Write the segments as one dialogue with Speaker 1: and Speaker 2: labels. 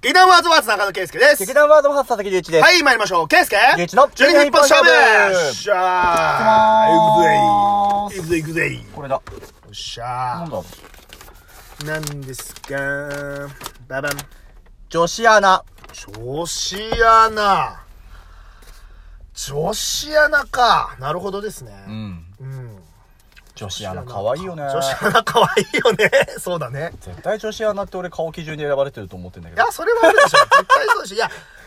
Speaker 1: 劇団ワーズワーズ中野圭介です。
Speaker 2: 劇団ワードマンハーツ佐々木隆一です。
Speaker 1: はい、参りましょう。圭介
Speaker 2: 隆一の
Speaker 1: 12分一本勝負
Speaker 2: 12
Speaker 1: よっしゃー
Speaker 2: 行
Speaker 1: いくぜいくぜいくぜいよ
Speaker 2: これだ。
Speaker 1: っし
Speaker 2: な
Speaker 1: ゃ
Speaker 2: んだろう
Speaker 1: ーなんですかババン。
Speaker 2: 女子アナ。
Speaker 1: 女子アナ。女子アナか。なるほどですね。
Speaker 2: ん。
Speaker 1: うん。
Speaker 2: 女子アナ可愛いよね。
Speaker 1: 女子アナ可愛いよね。 そうだね。
Speaker 2: 絶対女子アナって俺顔基準で選ばれてると思ってんだけ
Speaker 1: い
Speaker 2: ど
Speaker 1: や、。それはあるでしょ。絶対そうだし。いや、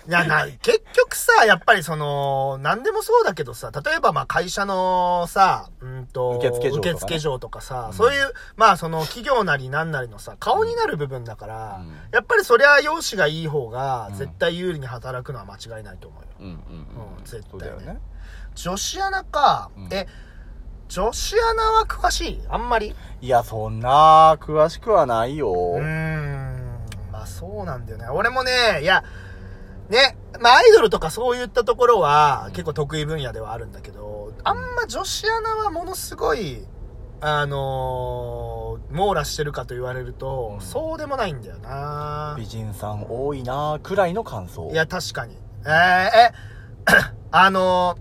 Speaker 1: いやな、結局さ、やっぱりその、何でもそうだけどさ、例えばまあ会社のさ、うんと、
Speaker 2: 受付嬢とかね
Speaker 1: 受付嬢とかさ、そういう、まあその企業なりなんなりのさ、顔になる部分だから、
Speaker 2: うん
Speaker 1: やっぱりそりゃ容姿がいい方が
Speaker 2: うん
Speaker 1: 絶対有利に働くのは間違いないと思うよ。
Speaker 2: うんうん
Speaker 1: うん絶対
Speaker 2: そうだよね。
Speaker 1: 女子アナか、
Speaker 2: うん
Speaker 1: え、女子アナは詳しいあんまり。
Speaker 2: いや、そんな、詳しくはないよ。
Speaker 1: うーんまあそうなんだよね。俺もね、いや、ね、まあアイドルとかそういったところは結構得意分野ではあるんだけど、あんま女子アナはものすごい、あのー網羅してるかと言われると、
Speaker 2: うん
Speaker 1: そうでもないんだよな
Speaker 2: 美人さん多いな、くらいの感想。
Speaker 1: いや、確かに。えーえ、 あの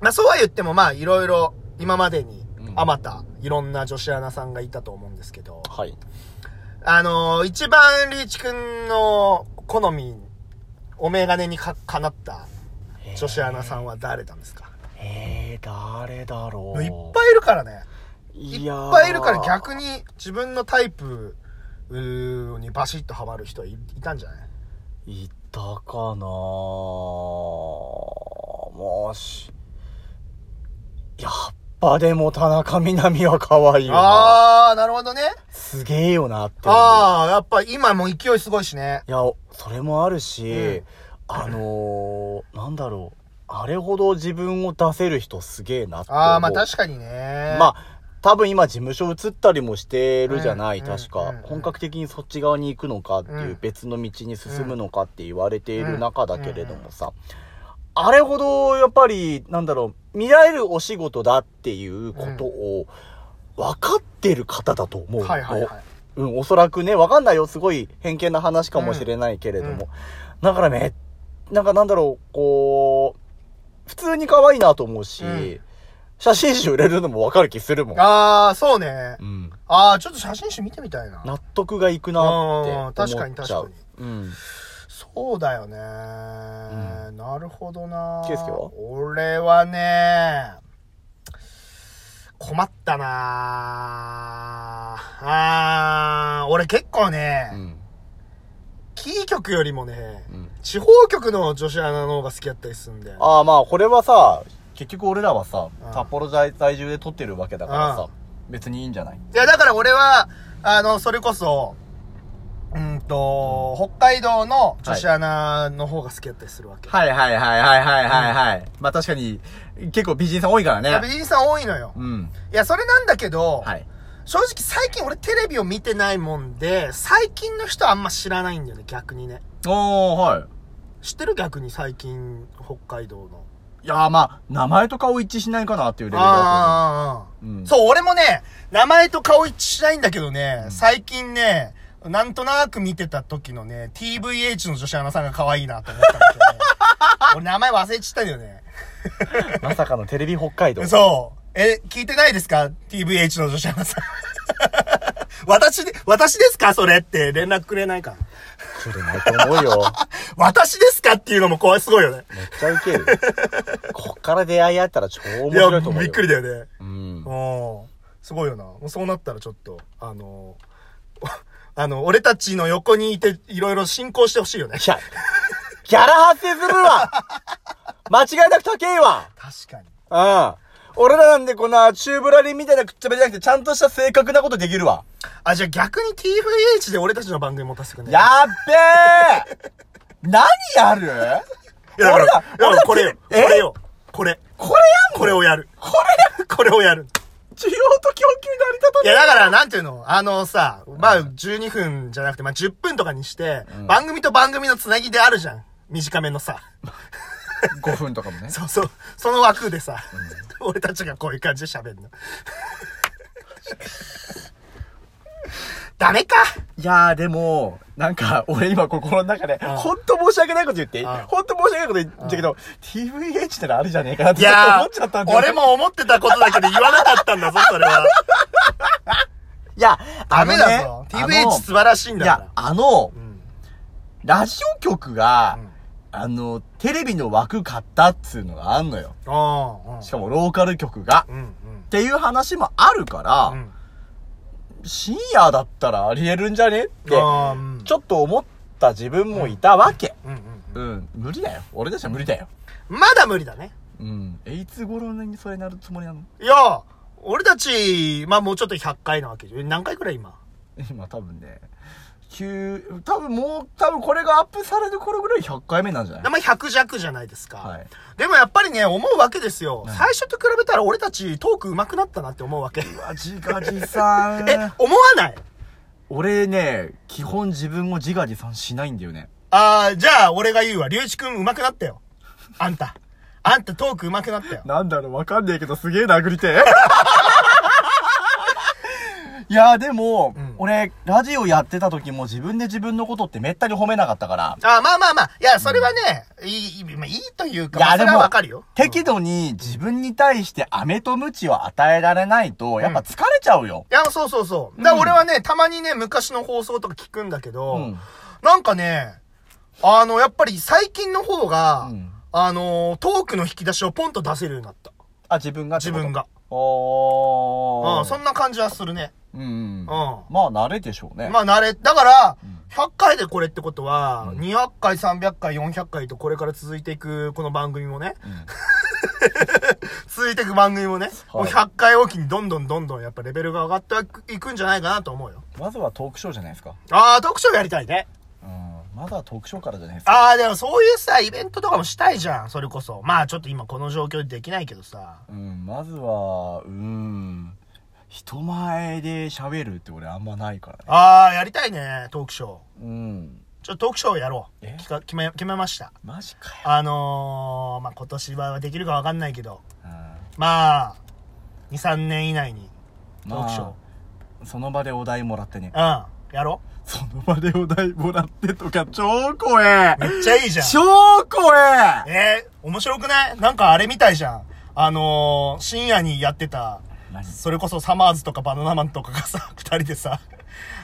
Speaker 1: ーまあそうは言ってもまあいろいろ今までに
Speaker 2: うん
Speaker 1: あまたいろんな女子アナさんがいたと思うんですけど、
Speaker 2: はい。
Speaker 1: あのー一番リーチくんの好み、お眼鏡にか、かなった女子アナさんは誰なんですか
Speaker 2: えー、誰だろ
Speaker 1: も
Speaker 2: う。
Speaker 1: ういっぱいいるからね。
Speaker 2: い
Speaker 1: いっ
Speaker 2: やー
Speaker 1: ぱいいるから逆に自分のタイプうーにバシッとハマる人いいたんじゃない
Speaker 2: いたかなもし。やっぱでも田中みな実は可愛いよな。
Speaker 1: あー、なるほどね。
Speaker 2: すげえよなって思う。
Speaker 1: あー、やっぱ今もう勢いすごいしね。
Speaker 2: いや、それもあるし、
Speaker 1: うん
Speaker 2: あのー、なんだろう。あれほど自分を出せる人すげえなって思う。
Speaker 1: あー、まあ確かにね。
Speaker 2: まあ、多分今事務所移ったりもしてるじゃない、
Speaker 1: うん
Speaker 2: 確
Speaker 1: う
Speaker 2: か
Speaker 1: んうん。
Speaker 2: 本格的にそっち側に行くのかっていう、
Speaker 1: うん
Speaker 2: 別の道に進むのかって言われている中だけれどもさ、あれほどやっぱり、なんだろう、見られるお仕事だっていうことを分かってる方だと思うの。
Speaker 1: はいはいはい。
Speaker 2: うん、おそらくね、わかんないよ。すごい偏見な話かもしれないけれども。
Speaker 1: うんうん
Speaker 2: だからね、なんかなんだろう、こう、普通に可愛いなと思うし、
Speaker 1: うん
Speaker 2: 写真集売れるのもわかる気するもん。
Speaker 1: あー、そうね
Speaker 2: う。ん。
Speaker 1: あー、ちょっと写真集見てみたいな。
Speaker 2: 納得がいくなって思っちゃう。
Speaker 1: うん確かに確かに
Speaker 2: うん。
Speaker 1: そうだよね、
Speaker 2: う
Speaker 1: なるほどな
Speaker 2: 圭介は
Speaker 1: 俺はね困ったなあー俺結構ね、
Speaker 2: うん。
Speaker 1: キー局よりもね
Speaker 2: うん。
Speaker 1: 地方局の女子アナの方が好きだったりするんだよね
Speaker 2: ああ、まあ、これはさ、結局俺らはさ
Speaker 1: う、ん
Speaker 2: 札幌在在住で撮ってるわけだからさ、別にいいんじゃない
Speaker 1: いやだから俺はあのそれこそうんと、北海道の女子アナの方が好きだったりするわけ、
Speaker 2: はいはいはいはいはいはいはい。まあ確かに、結構美人さん多いから
Speaker 1: やっぱ。美人さん多いのよ、
Speaker 2: うん。
Speaker 1: いやそれなんだけど、
Speaker 2: はい。
Speaker 1: 正直最近俺テレビを見てないもんで、最近の人あんま知らないんだよね、逆にね。
Speaker 2: おー、はい。
Speaker 1: 知ってる逆に最近、北海道の。
Speaker 2: いやーまあ、名前と顔一致しないかなっていうレベルだ
Speaker 1: ああ、
Speaker 2: と思う。うん
Speaker 1: そう、俺もね、名前と顔一致しないんだけどね、最近ね、なんとなく見てた時のね、TVH の女子アナさんが可愛いなと思ったんだけど ね。俺名前忘れちゃったんだよね。
Speaker 2: まさかのテレビ北海道。
Speaker 1: そう。え、聞いてないですか ?TVH の女子アナさん。 私で、私ですかそれって連絡くれないか。
Speaker 2: 来るないと思うよ。
Speaker 1: 私ですかっていうのも怖い、すごいよね。
Speaker 2: めっちゃウケる。こっから出会いあったら超面
Speaker 1: いや、
Speaker 2: 白いと思うよ。
Speaker 1: びっくりだよね。
Speaker 2: うん。
Speaker 1: うん。すごいよな。もうそうなったらちょっと、あの ー、あの、俺たちの横にいて、いろいろ進行してほしいよね。
Speaker 2: いや、ギャラ発生するわ間違いなく高えわ
Speaker 1: 確かに。
Speaker 2: うん。俺らなんでこんなチューブラリンみたいなくっちゃべりじゃなくてちゃんとした正確なことできるわ。
Speaker 1: あ、じゃあ逆に TVH で俺たちの番組持たせてくんね。
Speaker 2: やっべえ何やる
Speaker 1: いや、だか
Speaker 2: 俺ら
Speaker 1: ら、いや
Speaker 2: 俺ら
Speaker 1: これよ。こ
Speaker 2: え
Speaker 1: れよ。これ。
Speaker 2: これやんの
Speaker 1: これをやる。
Speaker 2: これ
Speaker 1: これをやる。
Speaker 2: 需要と供給のあり方
Speaker 1: いや、だから、なんていうのあのさ、まあ、12分じゃなくて、まあ、10分とかにして、番組と番組のつなぎであるじゃん。短めのさ。
Speaker 2: 5分とかもね。
Speaker 1: そうそう。その枠でさ、俺たちがこういう感じで喋るの。ダメか
Speaker 2: いやーでも、なんか、俺今心の中で、
Speaker 1: うん
Speaker 2: ほんと申し訳ないこと言って、
Speaker 1: うん
Speaker 2: ほんと申し訳ないこと言ったけど、TVH ってのあるじゃねえかなっ
Speaker 1: い
Speaker 2: てちょっと
Speaker 1: や
Speaker 2: 思っちゃったん
Speaker 1: ー、
Speaker 2: だよ。
Speaker 1: 俺。も思ってたことだけど言わなかったんだぞ、それは。
Speaker 2: いや、
Speaker 1: ダメだぞ
Speaker 2: あ。のね
Speaker 1: TVH 素晴らしいん
Speaker 2: い
Speaker 1: だ
Speaker 2: や
Speaker 1: か、
Speaker 2: あの
Speaker 1: ら。う、ん
Speaker 2: ラジオ局が、
Speaker 1: うん
Speaker 2: あの、テレビの枠買ったっつうのがあんのよ。
Speaker 1: ああ。
Speaker 2: しかもローカル局が。
Speaker 1: うん。うんうん。
Speaker 2: っていう話もあるから、
Speaker 1: うん
Speaker 2: 深夜だったらありえるんじゃねって、
Speaker 1: あーうん
Speaker 2: ちょっと思った自分もいたわけ。
Speaker 1: うんうん
Speaker 2: うん、無理だよ。俺たちは無理だよ。
Speaker 1: うんまだ無理だね。
Speaker 2: うん。え、いつ頃にそれなるつもりなの
Speaker 1: いや、俺たち、まあもうちょっと100回なわけじゃん。何回くらい今
Speaker 2: 今多分ね、急、多分もう、多分これがアップされる頃ぐらい100回目なんじゃない
Speaker 1: まあ100弱じゃないですか。
Speaker 2: はい。
Speaker 1: でもやっぱりね、思うわけですよ。
Speaker 2: はい
Speaker 1: 最初と比べたら俺たちトーク上手くなったなって思うわけ。え、
Speaker 2: うわ、じがじさ ん。
Speaker 1: 思わない
Speaker 2: 俺ね、基本自分を自画自賛しないんだよね。
Speaker 1: ああ、じゃあ俺が言うわ。りゅういちくん上手くなったよ。あんた。あんたトーク上手くなったよ。
Speaker 2: なんだろう、わかんねえけどすげえ殴りてえ。いや、でも、
Speaker 1: うん
Speaker 2: 俺、ラジオやってた時も自分で自分のことってめったに褒めなかったから、
Speaker 1: ああ、まあまあまあ。いや、それはね、いい、いいまあいいというか、
Speaker 2: いや
Speaker 1: まあそれ
Speaker 2: で
Speaker 1: は
Speaker 2: も
Speaker 1: わかるよ。
Speaker 2: 適度に自分に対して飴と鞭を与えられないと、やっぱ疲れちゃうよ。
Speaker 1: いや、そうそうそう。だから
Speaker 2: うん
Speaker 1: 俺はね、たまにね、昔の放送とか聞くんだけど、
Speaker 2: うん
Speaker 1: なんかね、あの、やっぱり最近の方が、
Speaker 2: うん
Speaker 1: あのー、トークの引き出しをポンと出せるようになった。
Speaker 2: あ、自分がって
Speaker 1: 自
Speaker 2: こと
Speaker 1: 分。が。
Speaker 2: おー。
Speaker 1: うん、そんな感じはするね。
Speaker 2: うん。うん。
Speaker 1: うん
Speaker 2: まあ、慣れでしょうね。
Speaker 1: まあ、慣れ、だから
Speaker 2: ん、
Speaker 1: 100回でこれってことは、
Speaker 2: うん
Speaker 1: 200回、300回、400回とこれから続いていく、この番組もね、
Speaker 2: うん
Speaker 1: 続いていく番組もね、
Speaker 2: はい
Speaker 1: もう100回おきにどんどんどんどんやっぱレベルが上がっていくんじゃないかなと思うよ。
Speaker 2: まずはトークショーじゃないですか。
Speaker 1: ああ、特徴やりたいね。
Speaker 2: うん。まずはトークショーからじゃないですか。
Speaker 1: ああ、でもそういうさ、イベントとかもしたいじゃん、それこそ。まあちょっと今この状況でできないけどさ。
Speaker 2: うん、まずは、うん、人前で喋るって俺あんまないからね。
Speaker 1: ああ、やりたいね、トークショー。
Speaker 2: うん。
Speaker 1: ちょっとトークショーをやろう。
Speaker 2: え
Speaker 1: きか決め、決めました。
Speaker 2: マジかよ。
Speaker 1: あのー、まあ今年はできるかわかんないけど、
Speaker 2: うん
Speaker 1: まあ、2、3年以内に、トークショー。
Speaker 2: その場でお題もらってね。
Speaker 1: うん、やろ
Speaker 2: その場でお題もらってとか超怖え
Speaker 1: う。めっちゃいいじゃん。
Speaker 2: 超怖え
Speaker 1: えー、面白くないなんかあれみたいじゃん。あのー、深夜にやってた、
Speaker 2: 何
Speaker 1: それこそサマーズとかバナナマンとかがさ、 二人でさ、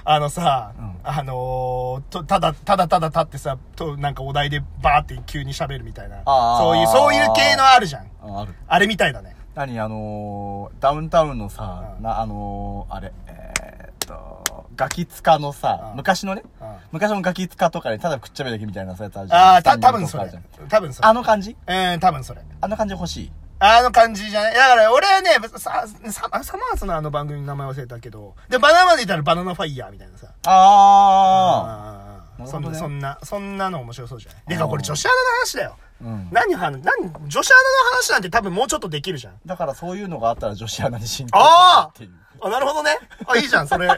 Speaker 1: あのさ、
Speaker 2: うん
Speaker 1: あのーと、ただ、ただただ立ってさ、と、なんかお題でバーって急に喋るみたいな。
Speaker 2: あー
Speaker 1: そういう、そういう系のあるじゃん。
Speaker 2: あある。
Speaker 1: あれみたいだね。
Speaker 2: 何あのー、ダウンタウンのさ、
Speaker 1: うん
Speaker 2: な、あのー、あれ、えーっと、ガキツカのさ、
Speaker 1: うん
Speaker 2: 昔のね、
Speaker 1: うん
Speaker 2: 昔のガキツカとかでただ食っちゃべるだけみたいなさ、やつあるじゃん
Speaker 1: ああ、た、多分
Speaker 2: 三人と
Speaker 1: そ
Speaker 2: かあ
Speaker 1: れ
Speaker 2: るじゃん。
Speaker 1: 多分それ。
Speaker 2: あの感じ
Speaker 1: うん、多分それ。
Speaker 2: あの感じ欲しい。
Speaker 1: あの感じじゃない。だから俺はね、さ、さサマーズのあの番組の名前忘れたけど、で、バナナマンで言ったらバナナファイヤーみたいなさ。
Speaker 2: あ
Speaker 1: う
Speaker 2: なんる
Speaker 1: そ
Speaker 2: ほ
Speaker 1: ん
Speaker 2: ど
Speaker 1: な、
Speaker 2: ね
Speaker 1: そんな、そんなの面白そうじゃない。で
Speaker 2: あ
Speaker 1: か、
Speaker 2: ー
Speaker 1: これ女子アナの話だよ。
Speaker 2: あ。うん。
Speaker 1: 何は、何、女子アナの話なんて多分もうちょっとできるじゃん。
Speaker 2: だからそういうのがあったら女子アナに進行
Speaker 1: ああ
Speaker 2: っていう。
Speaker 1: あ、なるほどね。あ、いいじゃん、そ れ。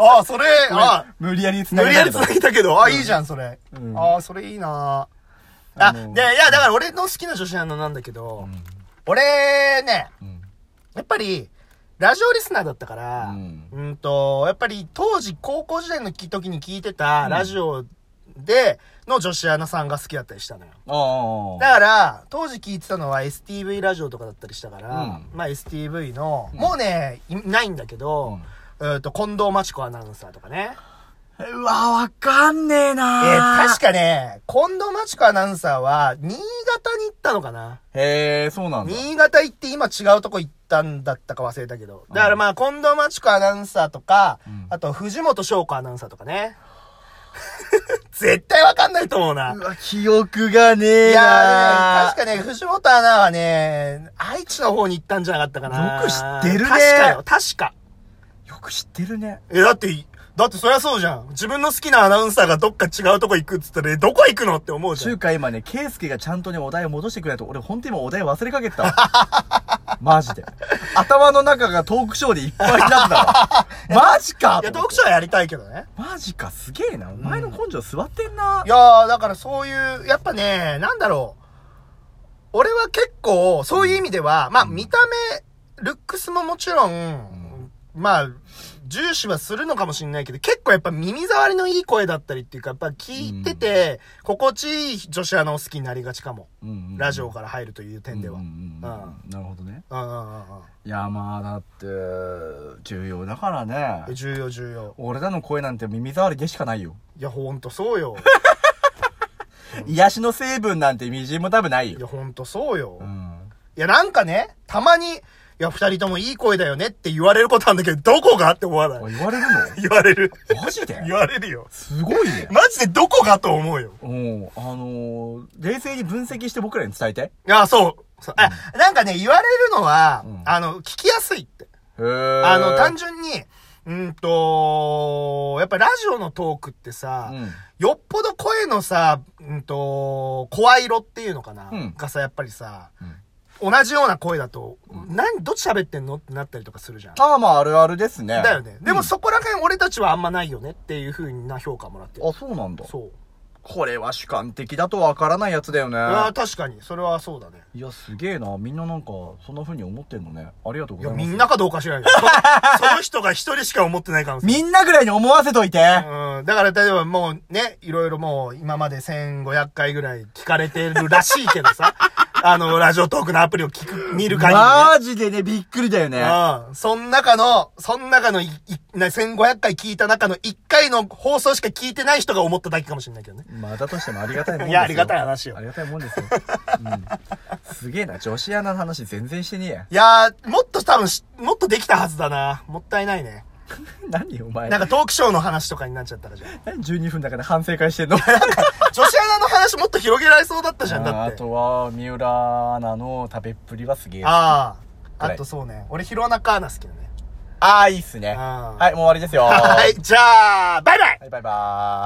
Speaker 1: あ、それ、あ、
Speaker 2: 無理やり
Speaker 1: 無
Speaker 2: 繋げ
Speaker 1: 理
Speaker 2: た
Speaker 1: や
Speaker 2: け
Speaker 1: り
Speaker 2: ど
Speaker 1: 続けたけど、あ、いいじゃん、それ。
Speaker 2: うん
Speaker 1: あ、それいいな
Speaker 2: あ
Speaker 1: あ、で、
Speaker 2: の
Speaker 1: いや、だから俺の好きな女子アナなんだけど、俺ね、
Speaker 2: うん
Speaker 1: やっぱり、ラジオリスナーだったから、
Speaker 2: うん
Speaker 1: うんと、やっぱり当時高校時代の時に聞いてたラジオでの女子アナさんが好きだったりしたのよ。
Speaker 2: ああ。
Speaker 1: だから、当時聞いてたのは STV ラジオとかだったりしたから、
Speaker 2: うん
Speaker 1: まあ STV の、
Speaker 2: ん
Speaker 1: もうね、いないんだけど、えっと、近藤真知子アナウンサーとかね。
Speaker 2: うわ、わかんねえ
Speaker 1: え
Speaker 2: な
Speaker 1: ー確
Speaker 2: か
Speaker 1: かね、近藤真知子アナウンサーは、新潟に行ったのかな
Speaker 2: へえ、そうなんだ。
Speaker 1: 新潟行って今違うとこ行ったんだったか忘れたけど。だからまあ、近藤真知子アナウンサーとか、
Speaker 2: うん
Speaker 1: あと藤本翔子アナウンサーとかね。 絶対わかんないと思うな。
Speaker 2: うわ、記憶がね
Speaker 1: い
Speaker 2: え
Speaker 1: や
Speaker 2: な
Speaker 1: ー、ね、確かね、藤本アナはね、愛知の方に行ったんじゃなかったかな。
Speaker 2: よく知ってるね
Speaker 1: 確かよ、確か。
Speaker 2: よく知ってるね。
Speaker 1: え、だって、だってそりゃそうじゃん。自分の好きなアナウンサーがどっか違うとこ行くっつったら、えどこ行くのって思うじゃ
Speaker 2: 中
Speaker 1: ん。
Speaker 2: 華今ね、ケイスケがちゃんとね、お題を戻してくれないと、俺ほんと今お題忘れかけてたわ。 マジで。頭の中がトークショーでいっぱいになっ てたわ。マジか
Speaker 1: いや、トークショーはやりたいけどね。。
Speaker 2: マジか、すげえな。お前の根性座ってんな い
Speaker 1: やー、だからそういう、やっぱね、なんだろう。俺は結構、そういう意味では、まあ、見た目、ルックスももちろん、まあ、重視はするのかもしれないけど、結構やっぱ耳障りのいい声だったりっていうか、やっぱ聞いてて、心地いい女子アナを好きになりがちかも。
Speaker 2: うんうんうん
Speaker 1: ラジオから入るという点では。
Speaker 2: う
Speaker 1: うんん。
Speaker 2: うんうんうんなるほどね
Speaker 1: うんうんうん
Speaker 2: いやまあだって重要だから
Speaker 1: え
Speaker 2: ね
Speaker 1: 重要重要。
Speaker 2: 俺らの声なんて耳障りでしかないよ
Speaker 1: いや、ほんとそうよ。
Speaker 2: 癒しの成分なんてみじんも多分ない
Speaker 1: い
Speaker 2: よ
Speaker 1: や、ほんとそうよ。
Speaker 2: うん
Speaker 1: いや、なんかね、たまに、いや、二人ともいい声だよねって言われることあるんだけど、どこがって思わない。
Speaker 2: あ言われる
Speaker 1: 言われ る。
Speaker 2: のマジで
Speaker 1: 言われるよ。
Speaker 2: すごいね
Speaker 1: マジでどこがと思うよ。
Speaker 2: うんあのー冷静に分析して僕らに伝えてへ
Speaker 1: いや、そう。そうあ、なんかね、言われるのは、
Speaker 2: うん
Speaker 1: あの、聞きやすいって。
Speaker 2: え
Speaker 1: あの、単純に、うんと、やっぱラジオのトークってさ、よっぽど声のさ、うんと、声色っていうのかな、
Speaker 2: うん
Speaker 1: がさ、やっぱりさ、
Speaker 2: うん
Speaker 1: 同じような声だと、何、どっち喋ってんのってなったりとかするじゃん。
Speaker 2: ああまああるあるですね
Speaker 1: だよね。でも
Speaker 2: うん
Speaker 1: そこら辺俺たちはあんまないよねっていう風な評価もらってる。
Speaker 2: あそうなんだ
Speaker 1: そう。
Speaker 2: これは主観的だとわからないやつだよね
Speaker 1: ああ、確かに。それはそうだね。
Speaker 2: いやすげえなみんななんかそんな風に思ってんのねありがと
Speaker 1: い
Speaker 2: うござ
Speaker 1: や、
Speaker 2: いま
Speaker 1: み
Speaker 2: す
Speaker 1: んなかどうか知らんけど。そ その人が一人しか思ってない可能性。
Speaker 2: みんなぐらいに思わせといて、
Speaker 1: うん。だから、例えばもうね、いろいろもう今まで1500回ぐらい聞かれてるらしいけどさ、 あの、ラジオトークのアプリを聞く、見る限り、ね。
Speaker 2: マジでね、びっくりだよね。
Speaker 1: うん。そん中の、そん中のい、いな1500回聞いた中の1回の放送しか聞いてない人が思っただけかもしれないけどね。
Speaker 2: まあ、だとしてもありがたいもんですよ。
Speaker 1: いやありがたい話よ
Speaker 2: ありがたいもんですよ。うん、すげえな、女子アナの話全然してねえや。
Speaker 1: いやー、もっと多分し、もっとできたはずだな。もったいないね。
Speaker 2: 何お前。
Speaker 1: なん
Speaker 2: か、
Speaker 1: かトークショーの話とかになっちゃったらじゃん。
Speaker 2: 何12分だから反省会してん の
Speaker 1: 女子アナの話もっと広げられそうだったじゃん、
Speaker 2: あー
Speaker 1: だ
Speaker 2: あ
Speaker 1: って。
Speaker 2: とは、三浦アナの食べっぷりはすげえ。あ
Speaker 1: ああ。
Speaker 2: はい
Speaker 1: あとそうね。俺、弘中アナ好きだね。
Speaker 2: あー、いいっすね。
Speaker 1: あー
Speaker 2: はい、もう終わりですよ。
Speaker 1: はい、じゃあ、バイバイ
Speaker 2: はい、バイバーイ。